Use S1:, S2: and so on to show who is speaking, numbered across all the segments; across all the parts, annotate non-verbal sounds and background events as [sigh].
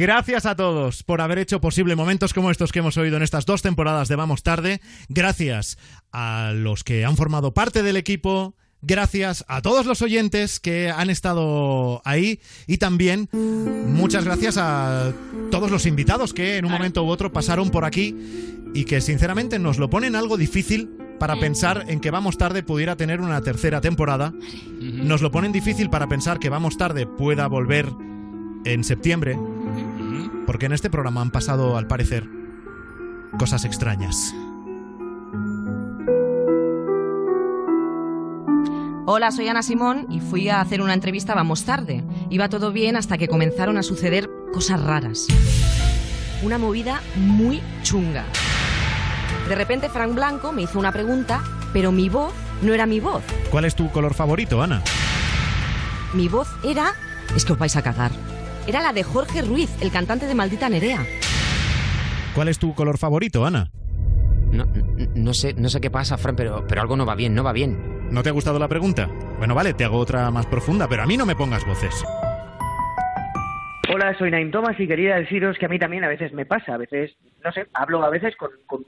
S1: Gracias a todos por haber hecho posible momentos como estos que hemos oído en estas dos temporadas de Vamos Tarde. Gracias a los que han formado parte del equipo. Gracias a todos los oyentes que han estado ahí y también muchas gracias a todos los invitados que en un momento u otro pasaron por aquí y que sinceramente nos lo ponen algo difícil para pensar en que Vamos Tarde pudiera tener una tercera temporada. Nos lo ponen difícil para pensar que Vamos Tarde pueda volver en septiembre, porque en este programa han pasado, al parecer, cosas extrañas.
S2: Hola, soy Ana Simón y fui a hacer una entrevista Vamos tarde. Iba todo bien hasta que comenzaron a suceder cosas raras. Una movida muy chunga. De repente Frank Blanco me hizo una pregunta, pero mi voz no era mi voz.
S1: ¿Cuál es tu color favorito, Ana?
S2: Mi voz era... Es que os vais a cagar. Era la de Jorge Ruiz, el cantante de Maldita Nerea.
S1: ¿Cuál es tu color favorito, Ana?
S3: No, no sé, no sé qué pasa, Fran, pero, pero algo no va bien, no va bien.
S1: ¿No te ha gustado la pregunta? Bueno, vale, te hago otra más profunda, pero a mí no me pongas voces.
S4: Hola, soy Naim Thomas y quería deciros que a mí también a veces me pasa, a veces, no sé, hablo a veces con, con,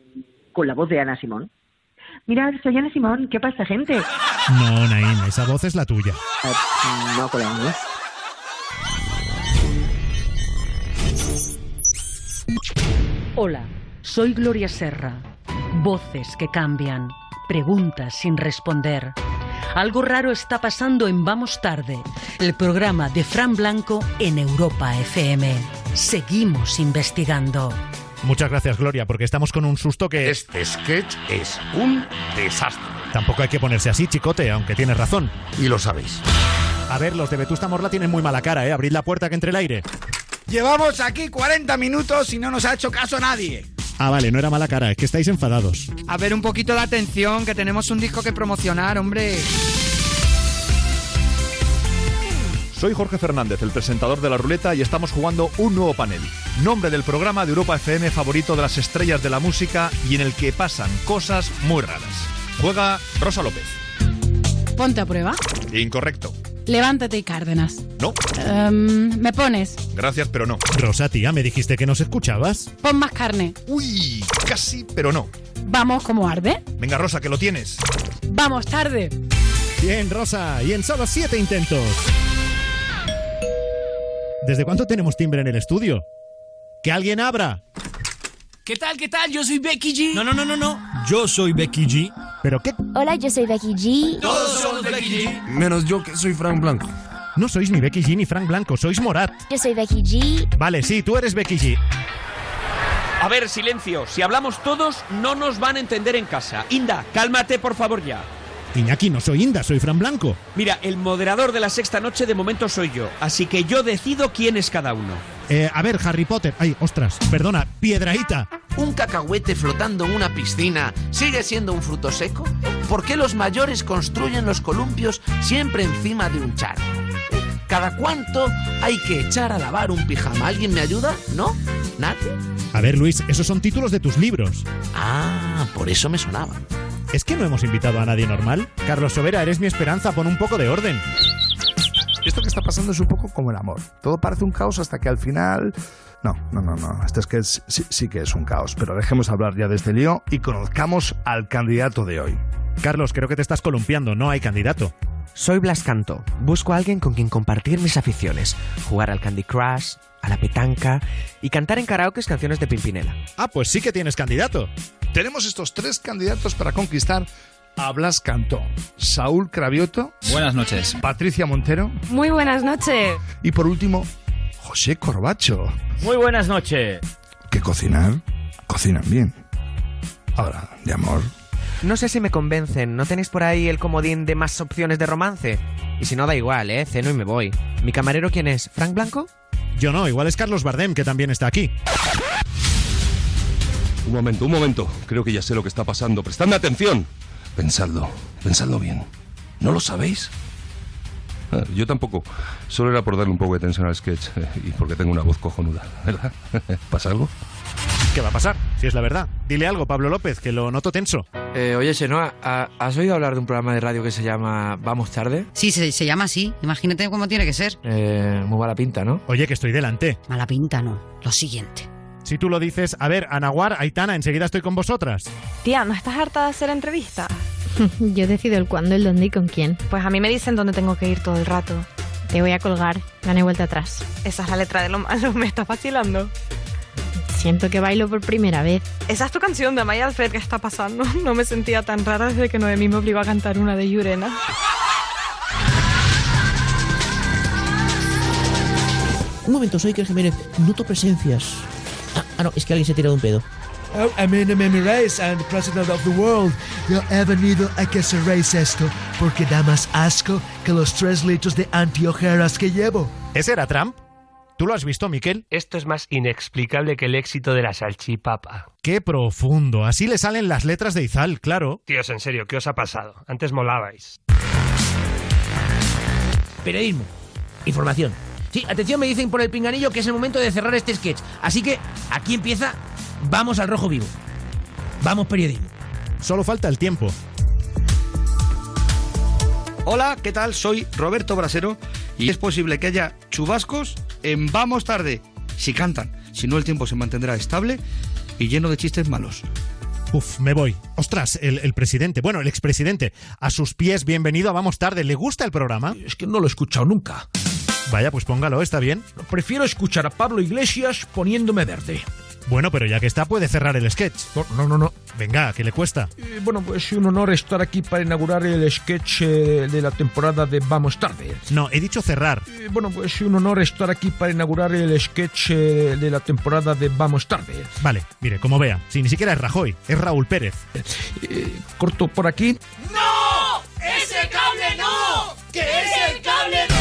S4: con la voz de Ana Simón. Mirad, soy Ana Simón, ¿qué pasa, gente?
S1: No, Naim, esa voz es la tuya.
S4: Ah, [laughs] no, colega, ¿no?
S5: Hola, soy Gloria Serra. Voces que cambian, preguntas sin responder. Algo raro está pasando en Vamos Tarde, el programa de Fran Blanco en Europa FM. Seguimos investigando.
S1: Muchas gracias, Gloria, porque estamos con un susto que es...
S6: Este sketch es un desastre.
S1: Tampoco hay que ponerse así, chicote, aunque tienes razón.
S6: Y lo sabéis.
S1: A ver, los de Vetusta Morla tienen muy mala cara, ¿eh? Abrid la puerta que entre el aire.
S7: Llevamos aquí 40 minutos y no nos ha hecho caso nadie.
S1: Ah, vale, no era mala cara, es que estáis enfadados.
S7: A ver un poquito de atención, que tenemos un disco que promocionar, hombre.
S8: Soy Jorge Fernández, el presentador de la ruleta, y estamos jugando un nuevo panel. Nombre del programa de Europa FM favorito de las estrellas de la música y en el que pasan cosas muy raras. Juega Rosa López.
S9: Ponte a prueba.
S8: Incorrecto.
S9: Levántate y Cárdenas.
S8: No.
S9: Em, me pones.
S8: Gracias, pero no.
S1: Rosa, tía, me dijiste que nos escuchabas.
S9: Pon más carne.
S8: Uy, casi, pero no.
S9: Vamos como arde.
S8: Venga, Rosa, que lo tienes.
S9: Vamos tarde.
S1: Bien, Rosa, y en solo siete intentos. ¿Desde cuánto tenemos timbre en el estudio? ¡Que alguien abra!
S10: ¿Qué tal, qué tal? Yo soy Becky G.
S11: No, no, no, no, no. Yo soy Becky G.
S1: ¿Pero qué?
S12: Hola, yo soy Becky G.
S10: Todos somos Becky G.
S11: Menos yo que soy Frank Blanco.
S1: No sois ni Becky G ni Frank Blanco, sois Morat.
S12: Yo soy Becky G.
S1: Vale, sí, tú eres Becky G.
S10: A ver, silencio. Si hablamos todos, no nos van a entender en casa. Inda, cálmate, por favor, ya.
S1: Iñaki, no soy Inda, soy Fran Blanco.
S10: Mira, el moderador de la sexta noche de momento soy yo, así que yo decido quién es cada uno.
S1: Eh, a ver, Harry Potter. Ay, ostras, perdona, piedraíta.
S13: ¿Un cacahuete flotando en una piscina sigue siendo un fruto seco? ¿Por qué los mayores construyen los columpios siempre encima de un charco? ¿Cada cuánto hay que echar a lavar un pijama? ¿Alguien me ayuda? ¿No? ¿Nadie?
S1: A ver, Luis, esos son títulos de tus libros.
S13: Ah, por eso me sonaba.
S1: ¿Es que no hemos invitado a nadie normal? Carlos Sobera, eres mi esperanza, pon un poco de orden.
S14: Esto que está pasando es un poco como el amor. Todo parece un caos hasta que al final... No, no, no, no. Esto es que es- sí, sí que es un caos. Pero dejemos hablar ya de este lío y conozcamos al candidato de hoy.
S1: Carlos, creo que te estás columpiando, no hay candidato.
S3: Soy Blas Canto. Busco a alguien con quien compartir mis aficiones, jugar al Candy Crush, a la petanca y cantar en karaoke canciones de Pimpinela.
S1: Ah, pues sí que tienes candidato.
S14: Tenemos estos tres candidatos para conquistar a Blas Cantó, Saúl Cravioto,
S11: Buenas noches.
S14: Patricia Montero
S9: Muy buenas noches.
S14: y por último, José Corbacho.
S11: Muy buenas noches.
S14: Que cocinar, cocinan bien. Ahora, de amor.
S3: No sé si me convencen, ¿no tenéis por ahí el comodín de más opciones de romance? Y si no, da igual, ¿eh? Ceno y me voy. ¿Mi camarero quién es? ¿Frank Blanco?
S1: Yo no, igual es Carlos Bardem, que también está aquí.
S8: Un momento, un momento. Creo que ya sé lo que está pasando. Prestadme atención.
S6: Pensadlo, pensadlo bien. ¿No lo sabéis?
S8: Ah, Yo tampoco. Solo era por darle un poco de tensión al sketch eh, y porque tengo una voz cojonuda, ¿verdad? ¿Pasa algo?
S1: ¿Qué va a pasar? Si es la verdad. Dile algo, Pablo López, que lo noto tenso.
S3: Eh, oye, Chenoa, ¿ha- ¿has oído hablar de un programa de radio que se llama Vamos Tarde?
S5: Sí, se, se llama así. Imagínate cómo tiene que ser.
S3: Eh, muy mala pinta, ¿no?
S1: Oye, que estoy delante.
S5: Mala pinta, no. Lo siguiente.
S1: Si tú lo dices, a ver, Anaguar, Aitana, enseguida estoy con vosotras.
S15: Tía, ¿no estás harta de hacer entrevistas?
S16: Yo decido el cuándo, el dónde y con quién.
S15: Pues a mí me dicen dónde tengo que ir todo el rato.
S16: Te voy a colgar, gané vuelta atrás.
S15: Esa es la letra de lo malo, me estás vacilando.
S16: Siento que bailo por primera vez.
S15: Esa es tu canción de Amaya Alfred que está pasando. No me sentía tan rara desde que Noemí me obligó a cantar una de Yurena.
S4: Un momento, soy Iker Jiménez. Noto presencias. Ah, ah, no, es que alguien se ha tirado un pedo.
S17: Oh, I'm in a memory race and president of the world. Yo he venido a que cerréis esto porque da más asco que los tres litros de antiojeras que llevo.
S1: ¿Ese era Trump? ¿Tú lo has visto, Miquel?
S8: Esto es más inexplicable que el éxito de la salchipapa.
S1: Qué profundo. Así le salen las letras de Izal, claro.
S8: Tíos, en serio, ¿qué os ha pasado? Antes molabais.
S4: Periodismo. Información. Sí, atención, me dicen por el pinganillo que es el momento de cerrar este sketch. Así que aquí empieza. Vamos al rojo vivo. Vamos, periodismo.
S1: Solo falta el tiempo.
S14: Hola, ¿qué tal? Soy Roberto Brasero y es posible que haya chubascos en Vamos Tarde, si cantan. Si no, el tiempo se mantendrá estable y lleno de chistes malos.
S1: Uf, me voy. Ostras, el, el presidente, bueno, el expresidente, a sus pies, bienvenido a Vamos Tarde. ¿Le gusta el programa?
S9: Es que no lo he escuchado nunca.
S1: Vaya, pues póngalo, está bien.
S9: Prefiero escuchar a Pablo Iglesias poniéndome verde.
S1: Bueno, pero ya que está, puede cerrar el sketch.
S9: No, no, no.
S1: Venga, que le cuesta.
S9: Eh, bueno, pues es un honor estar aquí para inaugurar el sketch eh, de la temporada de Vamos Tarde.
S1: No, he dicho cerrar.
S9: Eh, bueno, pues es un honor estar aquí para inaugurar el sketch eh, de la temporada de Vamos Tarde.
S1: Vale, mire, como vea. Si ni siquiera es Rajoy, es Raúl Pérez.
S9: corto por aquí.
S18: ¡No! ¡Ese cable no! ¡Que es el cable no!